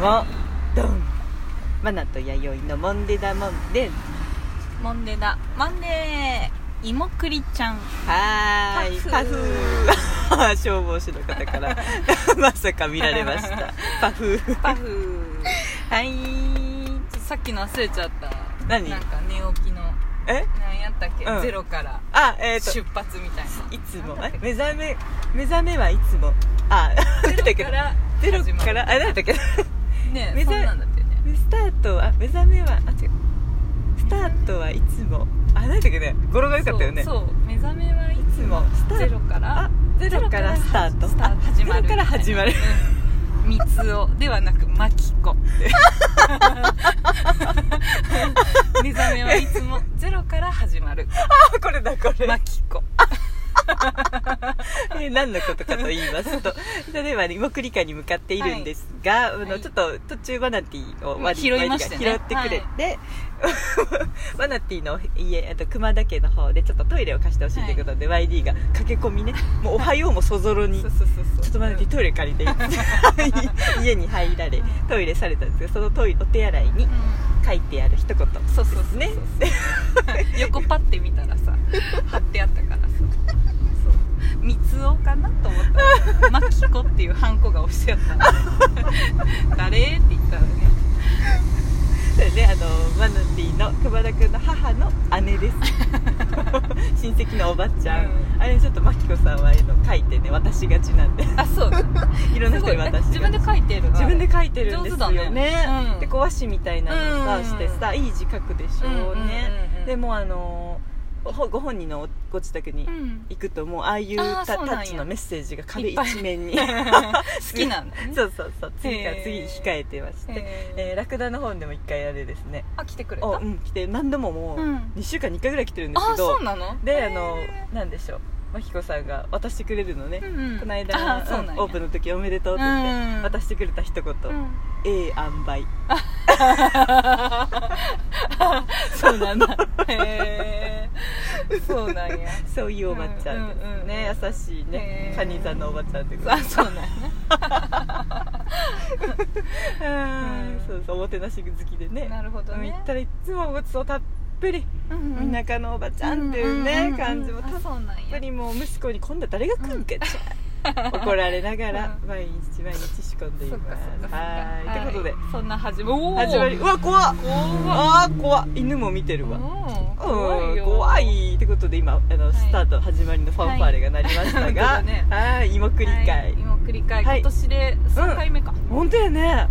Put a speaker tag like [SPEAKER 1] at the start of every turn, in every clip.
[SPEAKER 1] もドンマナと弥生のモンデダモンデン
[SPEAKER 2] モンデだマンデー芋栗ちゃん
[SPEAKER 1] はーい
[SPEAKER 2] パ
[SPEAKER 1] パ
[SPEAKER 2] フ
[SPEAKER 1] フ
[SPEAKER 2] ー
[SPEAKER 1] ー消防士の方から まさか見られましたパフー
[SPEAKER 2] パ フ
[SPEAKER 1] はい
[SPEAKER 2] ーさっきの忘れちゃった
[SPEAKER 1] 何
[SPEAKER 2] なんか寝起きの
[SPEAKER 1] え
[SPEAKER 2] 何やったっけ、
[SPEAKER 1] うん
[SPEAKER 2] ゼロから
[SPEAKER 1] あえっ、ー、と
[SPEAKER 2] 出発みたいない
[SPEAKER 1] つ
[SPEAKER 2] な
[SPEAKER 1] も
[SPEAKER 2] んだっ
[SPEAKER 1] え
[SPEAKER 2] け
[SPEAKER 1] 目覚め目覚めはいつもあなんだっけ
[SPEAKER 2] ゼロから
[SPEAKER 1] ゼロ
[SPEAKER 2] 始まる
[SPEAKER 1] からあなんだっけ
[SPEAKER 2] ね
[SPEAKER 1] 目
[SPEAKER 2] そ
[SPEAKER 1] 覚
[SPEAKER 2] んなんだってね
[SPEAKER 1] スタートは目覚めはあ違うスタートはいつもあなんだっけね語呂が良かったよね
[SPEAKER 2] そうそう目覚めはい
[SPEAKER 1] いつもスタ
[SPEAKER 2] ゼ
[SPEAKER 1] ー
[SPEAKER 2] ロ
[SPEAKER 1] ト
[SPEAKER 2] から
[SPEAKER 1] あゼロからスタート
[SPEAKER 2] ゼロから
[SPEAKER 1] あ
[SPEAKER 2] 始まる
[SPEAKER 1] ゼロから始まる
[SPEAKER 2] うんみつおではなくまき こ目覚めはいつもゼロから始まる
[SPEAKER 1] あこれだこれ
[SPEAKER 2] まきこ
[SPEAKER 1] えー 何のことかと言います と例えば芋栗花に向かっているんですが、あの
[SPEAKER 2] はい
[SPEAKER 1] ちょっと途中バナティーをワリ
[SPEAKER 2] 拾いましたね
[SPEAKER 1] ワリが拾ってくれ て、バナティーの家あと熊田家の方でちょっとトイレを貸してほしいということで、YD が駆け込みねもうおはようもそぞろに
[SPEAKER 2] そうそうそうそう
[SPEAKER 1] ちょっと待って、トイレ借りていい 家に入られトイレされたんですけどそのトイレお手洗いに
[SPEAKER 2] う
[SPEAKER 1] 書いてある一言
[SPEAKER 2] んそうそうそうそう
[SPEAKER 1] ね
[SPEAKER 2] 横パって見たらさ貼ってあったからさそうみつおかなと思ったらまきこっていうハンコが押してあったの誰って言ったらね
[SPEAKER 1] それであのマナティーの熊田君の母の姉 です親戚のおばちゃん、
[SPEAKER 2] う
[SPEAKER 1] あれちょっとマキコさんはああいうの書いてね渡しがちなん で
[SPEAKER 2] あそうだ
[SPEAKER 1] いろんな人に渡し
[SPEAKER 2] 自分で
[SPEAKER 1] 書い
[SPEAKER 2] 書いてる
[SPEAKER 1] 自分で書いてるんですよ
[SPEAKER 2] 上手
[SPEAKER 1] ね
[SPEAKER 2] だねうん
[SPEAKER 1] でこう和紙みたいなのさ、
[SPEAKER 2] うん
[SPEAKER 1] してさいい字書くでしょうね、で
[SPEAKER 2] も
[SPEAKER 1] もあのほご本人のご自宅に行くともうああいう
[SPEAKER 2] あー
[SPEAKER 1] たタ
[SPEAKER 2] そうなんや
[SPEAKER 1] ッチのメッセージが壁
[SPEAKER 2] いっぱい
[SPEAKER 1] 一面 に
[SPEAKER 2] 好きなんだ ね
[SPEAKER 1] そうそうそう次から次に
[SPEAKER 2] へー
[SPEAKER 1] 控えてまして、えーラクダの本でも一回あれですね
[SPEAKER 2] あ来てくれた
[SPEAKER 1] おうん来て何度ももう
[SPEAKER 2] うん
[SPEAKER 1] 2週間に1回ぐらい来てるんです
[SPEAKER 2] あ
[SPEAKER 1] けど、
[SPEAKER 2] そうなの
[SPEAKER 1] であのなんでしょうまひこさんが渡してくれるのね、この間、
[SPEAKER 2] あそうなん
[SPEAKER 1] うん
[SPEAKER 2] や
[SPEAKER 1] オープンの時おめでとうって言って、
[SPEAKER 2] うん
[SPEAKER 1] 渡してくれた一言
[SPEAKER 2] うん
[SPEAKER 1] 「ええ塩梅
[SPEAKER 2] そうなんだへえ そうなんや
[SPEAKER 1] そういうおばちゃんです
[SPEAKER 2] うんうんうん
[SPEAKER 1] ね、優しい
[SPEAKER 2] へ
[SPEAKER 1] ね
[SPEAKER 2] え
[SPEAKER 1] カニ座のおばちゃんってこと
[SPEAKER 2] あそう なんや
[SPEAKER 1] うんそうそうおもてなし好きでね
[SPEAKER 2] ねなるほど
[SPEAKER 1] うん
[SPEAKER 2] ね
[SPEAKER 1] 行ったらいつもごちそうたっぷり、
[SPEAKER 2] み
[SPEAKER 1] 田舎のおばちゃんっていうね、感じもたっ
[SPEAKER 2] そうなん
[SPEAKER 1] やっぱ
[SPEAKER 2] や
[SPEAKER 1] りもう息子に今度は誰が来るんかって怒られながら
[SPEAKER 2] う
[SPEAKER 1] 毎日毎日仕込んでい
[SPEAKER 2] そっか
[SPEAKER 1] ま
[SPEAKER 2] そっかそっ
[SPEAKER 1] す
[SPEAKER 2] か
[SPEAKER 1] はいということで
[SPEAKER 2] そんな始まりおー
[SPEAKER 1] 始まりうわ怖っ
[SPEAKER 2] 怖
[SPEAKER 1] あー怖っ犬も見てるわ
[SPEAKER 2] うん
[SPEAKER 1] うん
[SPEAKER 2] 怖いよ
[SPEAKER 1] 怖いってことで今あの
[SPEAKER 2] い
[SPEAKER 1] スタート始まりのファンファーレが鳴りましたが
[SPEAKER 2] はい本当だね
[SPEAKER 1] はい芋繰り
[SPEAKER 2] はい
[SPEAKER 1] 返
[SPEAKER 2] 今繰り返
[SPEAKER 1] はい
[SPEAKER 2] 今年で3回目か
[SPEAKER 1] 本当やね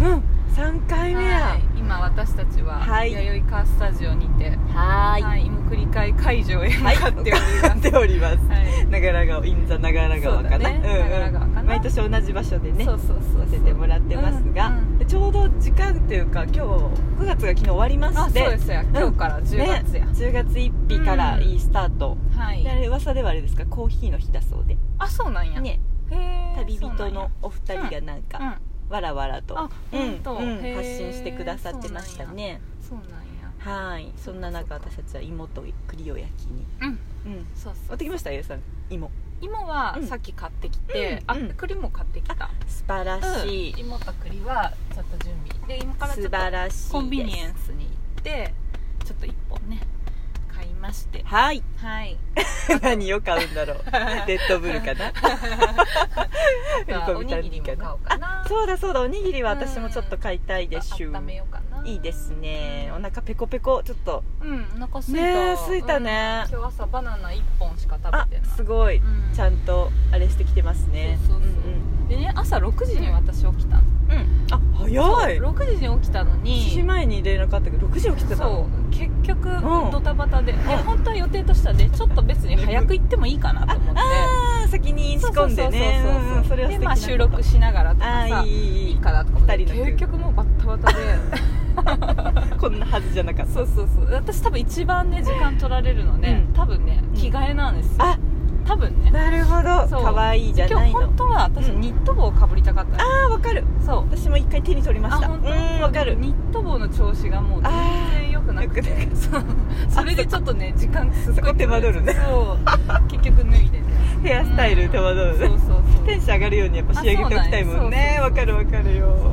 [SPEAKER 2] うん
[SPEAKER 1] うん3回目
[SPEAKER 2] は
[SPEAKER 1] や
[SPEAKER 2] い今私たちは
[SPEAKER 1] はい
[SPEAKER 2] 弥生カースタジオにて
[SPEAKER 1] は
[SPEAKER 2] は
[SPEAKER 1] はい
[SPEAKER 2] 今繰り返会場へ向かっております
[SPEAKER 1] いっております
[SPEAKER 2] はい
[SPEAKER 1] 長良川 in the 長良川か
[SPEAKER 2] そ
[SPEAKER 1] な
[SPEAKER 2] うだね長良川かな
[SPEAKER 1] 毎年同じ場所でね
[SPEAKER 2] そうそうそう
[SPEAKER 1] させてもらってますが、
[SPEAKER 2] うんうん
[SPEAKER 1] でちょうど時間っていうか今日9月が昨日終わりま
[SPEAKER 2] あ
[SPEAKER 1] し
[SPEAKER 2] そう
[SPEAKER 1] て
[SPEAKER 2] ですや今日から10月や
[SPEAKER 1] ね、10月1日からいいスタート、
[SPEAKER 2] は
[SPEAKER 1] であ
[SPEAKER 2] い
[SPEAKER 1] れ噂ではあれですかコーヒーの日だそうで、
[SPEAKER 2] あそうなんや
[SPEAKER 1] ね、
[SPEAKER 2] へー
[SPEAKER 1] 旅人
[SPEAKER 2] そうなんや
[SPEAKER 1] のお二人がなんか、
[SPEAKER 2] うん
[SPEAKER 1] わらわらと
[SPEAKER 2] あ
[SPEAKER 1] うん
[SPEAKER 2] 本当
[SPEAKER 1] うん
[SPEAKER 2] へー
[SPEAKER 1] 発信してくださってましたね
[SPEAKER 2] そうなんや
[SPEAKER 1] はいそんな中私たちは芋と栗を焼きに、
[SPEAKER 2] うん
[SPEAKER 1] うん、
[SPEAKER 2] そ
[SPEAKER 1] 持
[SPEAKER 2] うそ
[SPEAKER 1] っ
[SPEAKER 2] う
[SPEAKER 1] てきましたゆうさん芋
[SPEAKER 2] 芋は
[SPEAKER 1] うん
[SPEAKER 2] さっき買ってきて、
[SPEAKER 1] うんうん
[SPEAKER 2] あ栗も買ってきた
[SPEAKER 1] 素晴らしい、
[SPEAKER 2] 芋と栗はちょっと準備で今からちょ
[SPEAKER 1] 素
[SPEAKER 2] っと
[SPEAKER 1] 晴らしいです
[SPEAKER 2] コンビニエンスに行ってちょっと1本ね買いまして
[SPEAKER 1] はい
[SPEAKER 2] はい
[SPEAKER 1] 何を買うんだろうレッドブルか な
[SPEAKER 2] あとはおにぎりも買おうかな
[SPEAKER 1] そうだそうだおにぎりは私もちょっと買いたいでしゅ、
[SPEAKER 2] 温めようかない
[SPEAKER 1] いいですねお腹ペコペコちょっと
[SPEAKER 2] うんお腹すいた
[SPEAKER 1] ねえ空いたね
[SPEAKER 2] うん今日朝バナナ1本しか食
[SPEAKER 1] あ
[SPEAKER 2] べてない
[SPEAKER 1] すごい、
[SPEAKER 2] うん
[SPEAKER 1] ちゃんとあれしてきてますね
[SPEAKER 2] そうそうそうでね朝6時に私起きたの
[SPEAKER 1] うんうんうんあ早い
[SPEAKER 2] そう6時に起きたの
[SPEAKER 1] 7時
[SPEAKER 2] に
[SPEAKER 1] 前に連絡あったけど6時起きてた
[SPEAKER 2] そ
[SPEAKER 1] の
[SPEAKER 2] う結局
[SPEAKER 1] ん
[SPEAKER 2] ドタバタで、いや本当は予定としてはねちょっと別に早く行ってもいいかなと思って
[SPEAKER 1] ああ先に仕込んでね
[SPEAKER 2] そうそうそうそう
[SPEAKER 1] うんそれは素
[SPEAKER 2] で
[SPEAKER 1] 敵
[SPEAKER 2] ま
[SPEAKER 1] な
[SPEAKER 2] あ収録しながらとか
[SPEAKER 1] ああ
[SPEAKER 2] さ
[SPEAKER 1] ーいいいいい
[SPEAKER 2] い
[SPEAKER 1] い
[SPEAKER 2] いかなとか思って
[SPEAKER 1] 二人の空間
[SPEAKER 2] 結局もうバッタバタで
[SPEAKER 1] こんなはずじゃなかった
[SPEAKER 2] そうそうそう私多分一番ね時間取られるのね、
[SPEAKER 1] うん
[SPEAKER 2] 多分ね
[SPEAKER 1] ん
[SPEAKER 2] 着替えなんですよ、
[SPEAKER 1] あ
[SPEAKER 2] 多分ね
[SPEAKER 1] なるほ
[SPEAKER 2] そう
[SPEAKER 1] ど可愛いじゃ
[SPEAKER 2] 今
[SPEAKER 1] ない
[SPEAKER 2] 日
[SPEAKER 1] の
[SPEAKER 2] 本当は私
[SPEAKER 1] うん
[SPEAKER 2] ニット帽をかぶりたかったの、
[SPEAKER 1] ああわかる
[SPEAKER 2] そう
[SPEAKER 1] 私も一回手に取りました
[SPEAKER 2] あ
[SPEAKER 1] う
[SPEAKER 2] 本当
[SPEAKER 1] んわかる
[SPEAKER 2] ニット帽の調子がもう全然良くなくて
[SPEAKER 1] あー良く
[SPEAKER 2] そうそれでちょっとね時間す っ
[SPEAKER 1] そ
[SPEAKER 2] ご
[SPEAKER 1] こ
[SPEAKER 2] い
[SPEAKER 1] 手間取るね
[SPEAKER 2] そう結局脱いでね
[SPEAKER 1] ヘアスタイル手間取る
[SPEAKER 2] うんそうそうそう
[SPEAKER 1] テンション上がるようにやっぱ仕上げておきたいもんね
[SPEAKER 2] あそうなんや
[SPEAKER 1] わかるわかるよ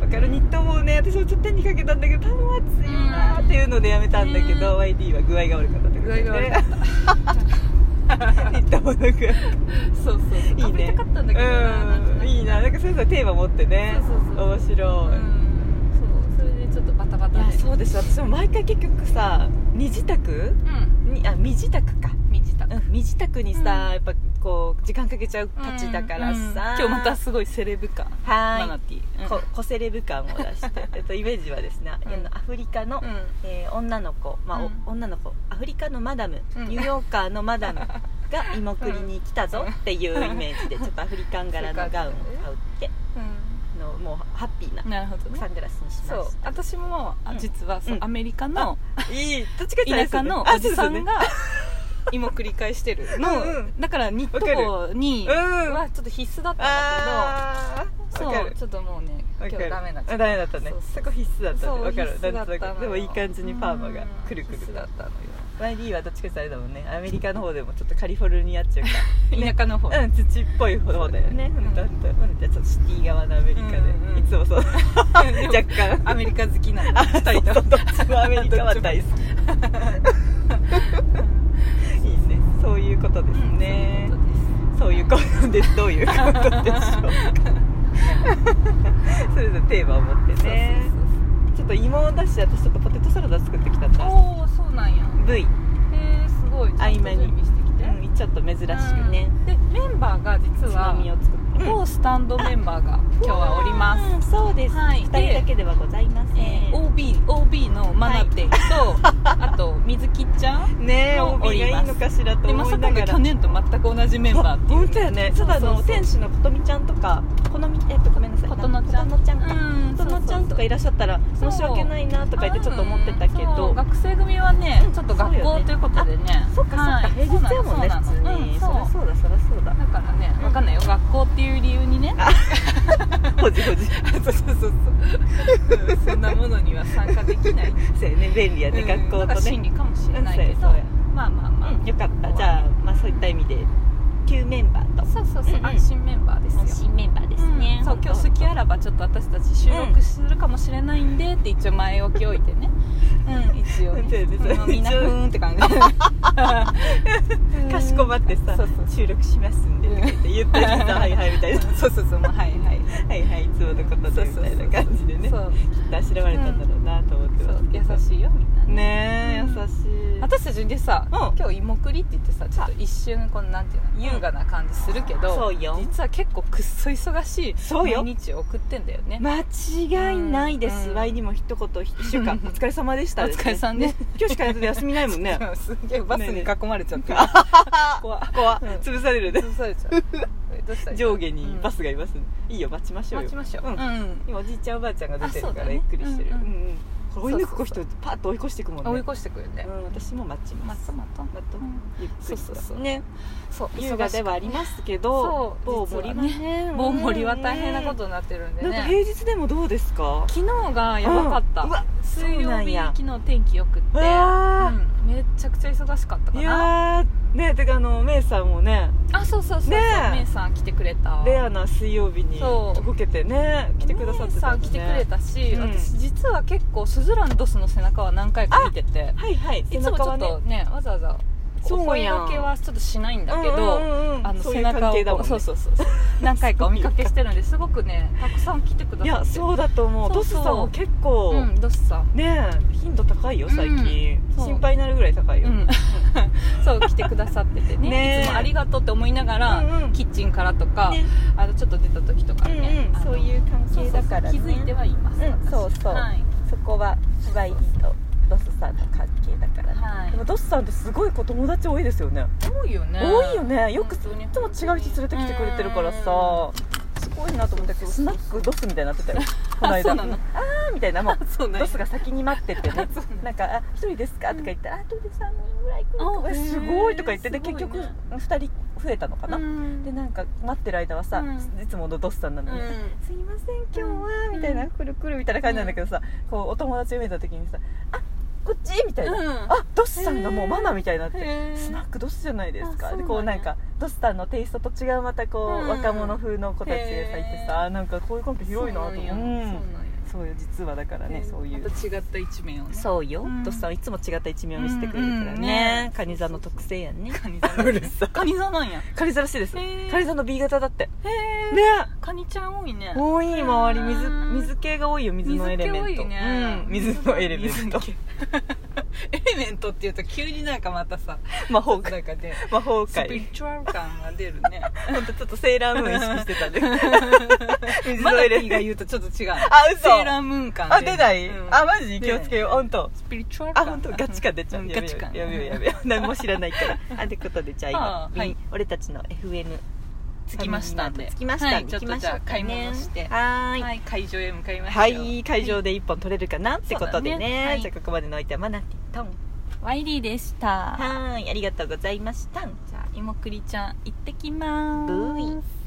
[SPEAKER 1] わからニット帽をね私もちょっと手にかけたんだけど多分暑いよなーっていうのでやめたんだけど、
[SPEAKER 2] うん
[SPEAKER 1] YD は具合が悪かったってことで
[SPEAKER 2] 具合が悪か
[SPEAKER 1] った ニット帽の具合
[SPEAKER 2] そうそうそう
[SPEAKER 1] いい
[SPEAKER 2] 食べ
[SPEAKER 1] ね
[SPEAKER 2] たかったんだけどななんと
[SPEAKER 1] う
[SPEAKER 2] く
[SPEAKER 1] んいいななんかそういうのテーマ持ってね
[SPEAKER 2] そうそうそう
[SPEAKER 1] 面白い、
[SPEAKER 2] うんそうそれでちょっとバタバ
[SPEAKER 1] い
[SPEAKER 2] タ
[SPEAKER 1] や
[SPEAKER 2] で
[SPEAKER 1] そうです私も毎回結局さ二次宅
[SPEAKER 2] うん
[SPEAKER 1] にあ身支度か
[SPEAKER 2] 身支度
[SPEAKER 1] うん身支度にさ、
[SPEAKER 2] うん
[SPEAKER 1] やっぱこう時間かけちゃうたちだからさ、
[SPEAKER 2] うんうん今日またすごいセレブ感
[SPEAKER 1] はー
[SPEAKER 2] マ
[SPEAKER 1] い
[SPEAKER 2] ナティー
[SPEAKER 1] こ小セレブ感を出 してえっとイメージはですね、あ
[SPEAKER 2] うん
[SPEAKER 1] のアフリカの、
[SPEAKER 2] うん
[SPEAKER 1] えー女の子、まあお
[SPEAKER 2] うん
[SPEAKER 1] 女の子アフリカのマダム、
[SPEAKER 2] うん
[SPEAKER 1] ニューヨーカーのマダム が芋栗に来たぞっていうイメージでちょっとアフリカン柄のガウンを買うってのもうハッピーな
[SPEAKER 2] うんなるほど
[SPEAKER 1] サ
[SPEAKER 2] ね
[SPEAKER 1] ングラスにし
[SPEAKER 2] そう
[SPEAKER 1] まし
[SPEAKER 2] 私もあ
[SPEAKER 1] うん
[SPEAKER 2] 実はそう
[SPEAKER 1] うん
[SPEAKER 2] アメリカの
[SPEAKER 1] たいいどっちかっていうと
[SPEAKER 2] 田舎の
[SPEAKER 1] あ
[SPEAKER 2] おじさんが今繰り返してるの
[SPEAKER 1] うんうん
[SPEAKER 2] だからニット帽
[SPEAKER 1] そう
[SPEAKER 2] に
[SPEAKER 1] ですねうん
[SPEAKER 2] はちょっと必須だったんだ
[SPEAKER 1] あ
[SPEAKER 2] け
[SPEAKER 1] ー
[SPEAKER 2] ど
[SPEAKER 1] わか
[SPEAKER 2] そう
[SPEAKER 1] る
[SPEAKER 2] ちょっともうね今
[SPEAKER 1] わ
[SPEAKER 2] 日
[SPEAKER 1] かる
[SPEAKER 2] ダメな
[SPEAKER 1] あダメだったね
[SPEAKER 2] そうそう
[SPEAKER 1] そこ必須だった
[SPEAKER 2] そ
[SPEAKER 1] ね
[SPEAKER 2] う
[SPEAKER 1] わかる
[SPEAKER 2] 必須だった
[SPEAKER 1] なんとなく
[SPEAKER 2] の
[SPEAKER 1] でもいい感じにパーマがくるくる
[SPEAKER 2] うん必須だったのよ
[SPEAKER 1] YD はどっちかっていうとあれだもんねアメリカの方でもちょっとカリフォルニアっていうかね
[SPEAKER 2] 田舎の方
[SPEAKER 1] うん、土っぽい方だよね、
[SPEAKER 2] う
[SPEAKER 1] うんん、だんだんじゃあちょっとシティ側のアメリカで、
[SPEAKER 2] うんうん
[SPEAKER 1] いつもそう 若 干
[SPEAKER 2] アメリカ好き なの2人
[SPEAKER 1] そうど
[SPEAKER 2] と
[SPEAKER 1] っち もアメリカは大好きいいねそういうことですね、
[SPEAKER 2] うんそういうことです
[SPEAKER 1] そういうことですどういうことでし ょうかそれぞれテーマを持ってね
[SPEAKER 2] そうそうそう
[SPEAKER 1] ちょっと芋を出して私ちょっとポテトサラダ作ってきたんだ
[SPEAKER 2] おおそうなんや
[SPEAKER 1] V、
[SPEAKER 2] へえすごいちゃんと
[SPEAKER 1] 合間に
[SPEAKER 2] 準備してきて
[SPEAKER 1] うん、ちょっと珍しくね、
[SPEAKER 2] うんでメンバーが実
[SPEAKER 1] つま
[SPEAKER 2] は
[SPEAKER 1] みを作って、
[SPEAKER 2] 某スタンドメンバーが今日はおります
[SPEAKER 1] すそうです、
[SPEAKER 2] はい
[SPEAKER 1] 二人だけではございません、
[SPEAKER 2] えー OB, OB のマナティと、あと水木 ちゃん
[SPEAKER 1] ねえ
[SPEAKER 2] も
[SPEAKER 1] OB がいいのかしらと
[SPEAKER 2] でま
[SPEAKER 1] 思
[SPEAKER 2] さ
[SPEAKER 1] い
[SPEAKER 2] か
[SPEAKER 1] な
[SPEAKER 2] の
[SPEAKER 1] がら
[SPEAKER 2] 去年と全く同じメンバーっていう、
[SPEAKER 1] 本当やねただあ
[SPEAKER 2] そう
[SPEAKER 1] の
[SPEAKER 2] そうそう
[SPEAKER 1] 天使のことみちゃんとかこのみえっとごめんなさい
[SPEAKER 2] 琴乃ちゃん
[SPEAKER 1] ことのちゃんか
[SPEAKER 2] うん
[SPEAKER 1] ことのちゃんとかいらっしゃったら
[SPEAKER 2] そう
[SPEAKER 1] 申し訳ないなとか言ってちょっと思ってたけ
[SPEAKER 2] そう
[SPEAKER 1] ど
[SPEAKER 2] 学生組はね
[SPEAKER 1] うん
[SPEAKER 2] ちょっと学
[SPEAKER 1] そうよ
[SPEAKER 2] 校
[SPEAKER 1] ね
[SPEAKER 2] ということでね
[SPEAKER 1] そっかそっ
[SPEAKER 2] は
[SPEAKER 1] か
[SPEAKER 2] い
[SPEAKER 1] 平日やもんね
[SPEAKER 2] そうなの
[SPEAKER 1] 普通に
[SPEAKER 2] う
[SPEAKER 1] そ
[SPEAKER 2] ん そう
[SPEAKER 1] りゃそうだそりゃそうだ
[SPEAKER 2] だからねわかんないよ学校っていう理由にね
[SPEAKER 1] ほじほ じ
[SPEAKER 2] そうそうそうそう、うんそんなものには参加できない
[SPEAKER 1] そうや ね便利やね
[SPEAKER 2] うん
[SPEAKER 1] 学校
[SPEAKER 2] だから
[SPEAKER 1] と
[SPEAKER 2] 心
[SPEAKER 1] ね
[SPEAKER 2] 理かもしれ
[SPEAKER 1] うん
[SPEAKER 2] ない
[SPEAKER 1] そう
[SPEAKER 2] け
[SPEAKER 1] や
[SPEAKER 2] ど
[SPEAKER 1] そうや
[SPEAKER 2] まあまあまあ、
[SPEAKER 1] うんよかったじゃあまあそういった意味で旧メンバーと
[SPEAKER 2] そうそうそう、
[SPEAKER 1] うんうん
[SPEAKER 2] 安心メンバーですよ
[SPEAKER 1] 新メンバーですね
[SPEAKER 2] うんそう今日好きあらばちょっと私たち収録するかもしれないんでって一応前置き置いてねうん一応ね
[SPEAKER 1] そうやねそう
[SPEAKER 2] うんみんな
[SPEAKER 1] 一
[SPEAKER 2] ふ
[SPEAKER 1] 応
[SPEAKER 2] ーんって感じ
[SPEAKER 1] かしこまってさ
[SPEAKER 2] そうそう
[SPEAKER 1] 収録しますんでとか言って言 ってさ「はいはい」みたいな
[SPEAKER 2] うんそうそうそうもうはいはい
[SPEAKER 1] 「はいはいいつものことで」みたいな感じでね
[SPEAKER 2] そう
[SPEAKER 1] きっとあしらわれたんだろうなと思って
[SPEAKER 2] そ
[SPEAKER 1] ま
[SPEAKER 2] う
[SPEAKER 1] すけど
[SPEAKER 2] 優しいよみんなね
[SPEAKER 1] ねえ、
[SPEAKER 2] うん
[SPEAKER 1] 優しい
[SPEAKER 2] 私たちでさ、
[SPEAKER 1] うん
[SPEAKER 2] 今日芋栗って言ってさちょっと一瞬このなんていうの優雅な感じするけど、
[SPEAKER 1] そうよ
[SPEAKER 2] 実は結構くっそ忙しい
[SPEAKER 1] そうよ
[SPEAKER 2] 毎日を送ってんだよね、
[SPEAKER 1] 間違いないです、
[SPEAKER 2] うん
[SPEAKER 1] Y にも一言一週間
[SPEAKER 2] う
[SPEAKER 1] お
[SPEAKER 2] ん
[SPEAKER 1] 疲れ様でした
[SPEAKER 2] お疲れさんです
[SPEAKER 1] ね今日しか休みないもん ね
[SPEAKER 2] すげえバスに囲まれちゃってる
[SPEAKER 1] こ
[SPEAKER 2] 怖っ
[SPEAKER 1] こは
[SPEAKER 2] うん
[SPEAKER 1] 潰されるね
[SPEAKER 2] 潰されちゃうえどうしたらいい
[SPEAKER 1] 上下にバ
[SPEAKER 2] うん
[SPEAKER 1] スがいます、いいよ待ちましょうよ
[SPEAKER 2] 待ちましょう、
[SPEAKER 1] ん
[SPEAKER 2] ん
[SPEAKER 1] 今おじいちゃんおばあちゃんが出てる
[SPEAKER 2] あそう
[SPEAKER 1] か
[SPEAKER 2] だ
[SPEAKER 1] ら
[SPEAKER 2] ね
[SPEAKER 1] ゆっくりしてる
[SPEAKER 2] うんうん
[SPEAKER 1] うん追い抜く子人パッと追い越していくもんね
[SPEAKER 2] 追い越してくるね、
[SPEAKER 1] うん、私も待ちま
[SPEAKER 2] ますたまた
[SPEAKER 1] 待とう
[SPEAKER 2] うん
[SPEAKER 1] ゆっくりと
[SPEAKER 2] そうそうそう
[SPEAKER 1] ね
[SPEAKER 2] そう
[SPEAKER 1] 優雅ではありますけ
[SPEAKER 2] そ
[SPEAKER 1] ど
[SPEAKER 2] う
[SPEAKER 1] 某森はね
[SPEAKER 2] 棒盛りは大変なことになってるんで
[SPEAKER 1] なんか
[SPEAKER 2] ね
[SPEAKER 1] 平日でもどうですか
[SPEAKER 2] 昨日がやばかった、
[SPEAKER 1] うんうわ
[SPEAKER 2] 水
[SPEAKER 1] そうな
[SPEAKER 2] 曜
[SPEAKER 1] ん
[SPEAKER 2] 日
[SPEAKER 1] や
[SPEAKER 2] 昨日天気よくって、
[SPEAKER 1] うわー
[SPEAKER 2] うんめちゃくちゃ忙しかったか
[SPEAKER 1] い
[SPEAKER 2] な
[SPEAKER 1] やーねてかあのメイさんもね
[SPEAKER 2] あそうそうそうそう、
[SPEAKER 1] ねえ
[SPEAKER 2] メイさん来てくれた
[SPEAKER 1] レアな水曜日に
[SPEAKER 2] そう
[SPEAKER 1] ボケてね来てくださってた
[SPEAKER 2] メイさん来てくれ
[SPEAKER 1] ね
[SPEAKER 2] たし、
[SPEAKER 1] うん
[SPEAKER 2] 私実は結構スズランドスの背中は何回か見てて
[SPEAKER 1] はいはい
[SPEAKER 2] いつもちょっとねわざわざお
[SPEAKER 1] そう
[SPEAKER 2] 声
[SPEAKER 1] やん
[SPEAKER 2] 掛けはちょっとしないんだけど、あの
[SPEAKER 1] そう
[SPEAKER 2] 背
[SPEAKER 1] いう関
[SPEAKER 2] 中を
[SPEAKER 1] 係だもんね
[SPEAKER 2] そうそうそう そう何回かお見かけしてるんですごくねたくさん来てくださっ
[SPEAKER 1] い
[SPEAKER 2] て
[SPEAKER 1] やそうだと思う
[SPEAKER 2] そ
[SPEAKER 1] ド
[SPEAKER 2] う
[SPEAKER 1] ス
[SPEAKER 2] そ
[SPEAKER 1] さ
[SPEAKER 2] うん
[SPEAKER 1] も結構
[SPEAKER 2] うんどっさん
[SPEAKER 1] ね頻度高いよ最近
[SPEAKER 2] うんそう
[SPEAKER 1] 心配になるぐらい高いよ
[SPEAKER 2] うん そう来てくださっててね
[SPEAKER 1] ねえ
[SPEAKER 2] いつもありがとうって思いながら、
[SPEAKER 1] うんうん
[SPEAKER 2] キッチンからとか、
[SPEAKER 1] ね
[SPEAKER 2] あのちょっと出た時とかね、あの
[SPEAKER 1] う関
[SPEAKER 2] そうそうそう気づいてはいます、
[SPEAKER 1] うん
[SPEAKER 2] 私
[SPEAKER 1] そうそう
[SPEAKER 2] はい、
[SPEAKER 1] そこはスバイリーとドスさんの関係だからね
[SPEAKER 2] はい
[SPEAKER 1] でもドスさんってすごい子友達多いですよね
[SPEAKER 2] 多いよね
[SPEAKER 1] 多いよねよくいつ
[SPEAKER 2] 本
[SPEAKER 1] も
[SPEAKER 2] 当に
[SPEAKER 1] 違う人連れてきてくれてるからさすごいなと思ったけどスナックドスみたいになってたよこの間
[SPEAKER 2] そうなの
[SPEAKER 1] あーみたいなもう
[SPEAKER 2] そうなんや
[SPEAKER 1] ドスが先に待っててね
[SPEAKER 2] そうなんや
[SPEAKER 1] なんかあ「一人ですか?」とか言って「あとで3人ぐらい来る
[SPEAKER 2] あ
[SPEAKER 1] とか
[SPEAKER 2] へー
[SPEAKER 1] すごい」とか言ってです
[SPEAKER 2] ごい
[SPEAKER 1] 結
[SPEAKER 2] ね
[SPEAKER 1] 局2人増えたのかな
[SPEAKER 2] うん
[SPEAKER 1] でなんか待ってる間はさ、
[SPEAKER 2] うん
[SPEAKER 1] いつものドスさんなのに、
[SPEAKER 2] うん
[SPEAKER 1] すいません今日は
[SPEAKER 2] う」ん
[SPEAKER 1] みたいな「くるくる」みたいな感じなんだけどさ、こうお友達を見た時にさ「あこっち」みたいな、
[SPEAKER 2] うん
[SPEAKER 1] あドスさんがもうママみたいになって
[SPEAKER 2] へー
[SPEAKER 1] スナックドスじゃないです
[SPEAKER 2] あ
[SPEAKER 1] か
[SPEAKER 2] そう
[SPEAKER 1] で
[SPEAKER 2] なんや
[SPEAKER 1] こうなんかドスさんのテイストと違うまたこう、
[SPEAKER 2] うん
[SPEAKER 1] 若者風の子たちがさいて
[SPEAKER 2] へ
[SPEAKER 1] さなんかこういう関係広いなと思
[SPEAKER 2] そうなんや
[SPEAKER 1] う
[SPEAKER 2] そうなんや
[SPEAKER 1] そうよ実はだからね、そういう
[SPEAKER 2] また違った一面をね
[SPEAKER 1] そうよ、
[SPEAKER 2] うん
[SPEAKER 1] とっさんいつも違った一面を見せてくれるから
[SPEAKER 2] うんうん
[SPEAKER 1] ね
[SPEAKER 2] ね
[SPEAKER 1] カニ座の特性やんね
[SPEAKER 2] カニ座なんや
[SPEAKER 1] うるさ
[SPEAKER 2] カニ座なんやへ
[SPEAKER 1] カニ座らしいです
[SPEAKER 2] え
[SPEAKER 1] カニ座の B 型だって
[SPEAKER 2] え
[SPEAKER 1] ね
[SPEAKER 2] カニちゃん多いね
[SPEAKER 1] 多い周り水
[SPEAKER 2] うん
[SPEAKER 1] 水系が多いよ水のエレメン
[SPEAKER 2] 水
[SPEAKER 1] ト
[SPEAKER 2] 気多いね
[SPEAKER 1] うん、水のエレメント
[SPEAKER 2] 水気 エレメントっていうと急になんかまたさ
[SPEAKER 1] 魔法
[SPEAKER 2] な
[SPEAKER 1] 界
[SPEAKER 2] んかで
[SPEAKER 1] 魔法
[SPEAKER 2] スピリ
[SPEAKER 1] 界
[SPEAKER 2] チュアル感が出る ね
[SPEAKER 1] 本当ちょっとセーラームーン意識して たんで水
[SPEAKER 2] マ
[SPEAKER 1] の
[SPEAKER 2] ナ
[SPEAKER 1] エ
[SPEAKER 2] テ
[SPEAKER 1] レ
[SPEAKER 2] ィー
[SPEAKER 1] メ
[SPEAKER 2] が
[SPEAKER 1] ント
[SPEAKER 2] 言うとちょっと違う
[SPEAKER 1] あ嘘
[SPEAKER 2] セーラームーン感
[SPEAKER 1] あ出ない、
[SPEAKER 2] うん
[SPEAKER 1] あマジ
[SPEAKER 2] 出
[SPEAKER 1] 気をつけよう本当
[SPEAKER 2] スピリチュアル
[SPEAKER 1] あ
[SPEAKER 2] 感
[SPEAKER 1] 本当ガチ感出ちゃう、
[SPEAKER 2] ん
[SPEAKER 1] や
[SPEAKER 2] ガ
[SPEAKER 1] め
[SPEAKER 2] チ
[SPEAKER 1] よ
[SPEAKER 2] 感
[SPEAKER 1] うやめようやめよう何も知らない からあってことでじゃあ今
[SPEAKER 2] あーはい
[SPEAKER 1] リン俺たちの FN
[SPEAKER 2] 着きましたんで
[SPEAKER 1] 着きましたんで、
[SPEAKER 2] はい、ちょっとじゃあ買い物して
[SPEAKER 1] はーい
[SPEAKER 2] はい会場へ向かいましょ
[SPEAKER 1] は
[SPEAKER 2] う
[SPEAKER 1] い会場で一本取れるかなってことでね,、
[SPEAKER 2] そうだねはい
[SPEAKER 1] じゃあここまでのおいてはマナティトン
[SPEAKER 2] ワイリーでした
[SPEAKER 1] はーいありがとうございました
[SPEAKER 2] じゃあ芋栗ちゃん行ってきま
[SPEAKER 1] ブイ
[SPEAKER 2] ーす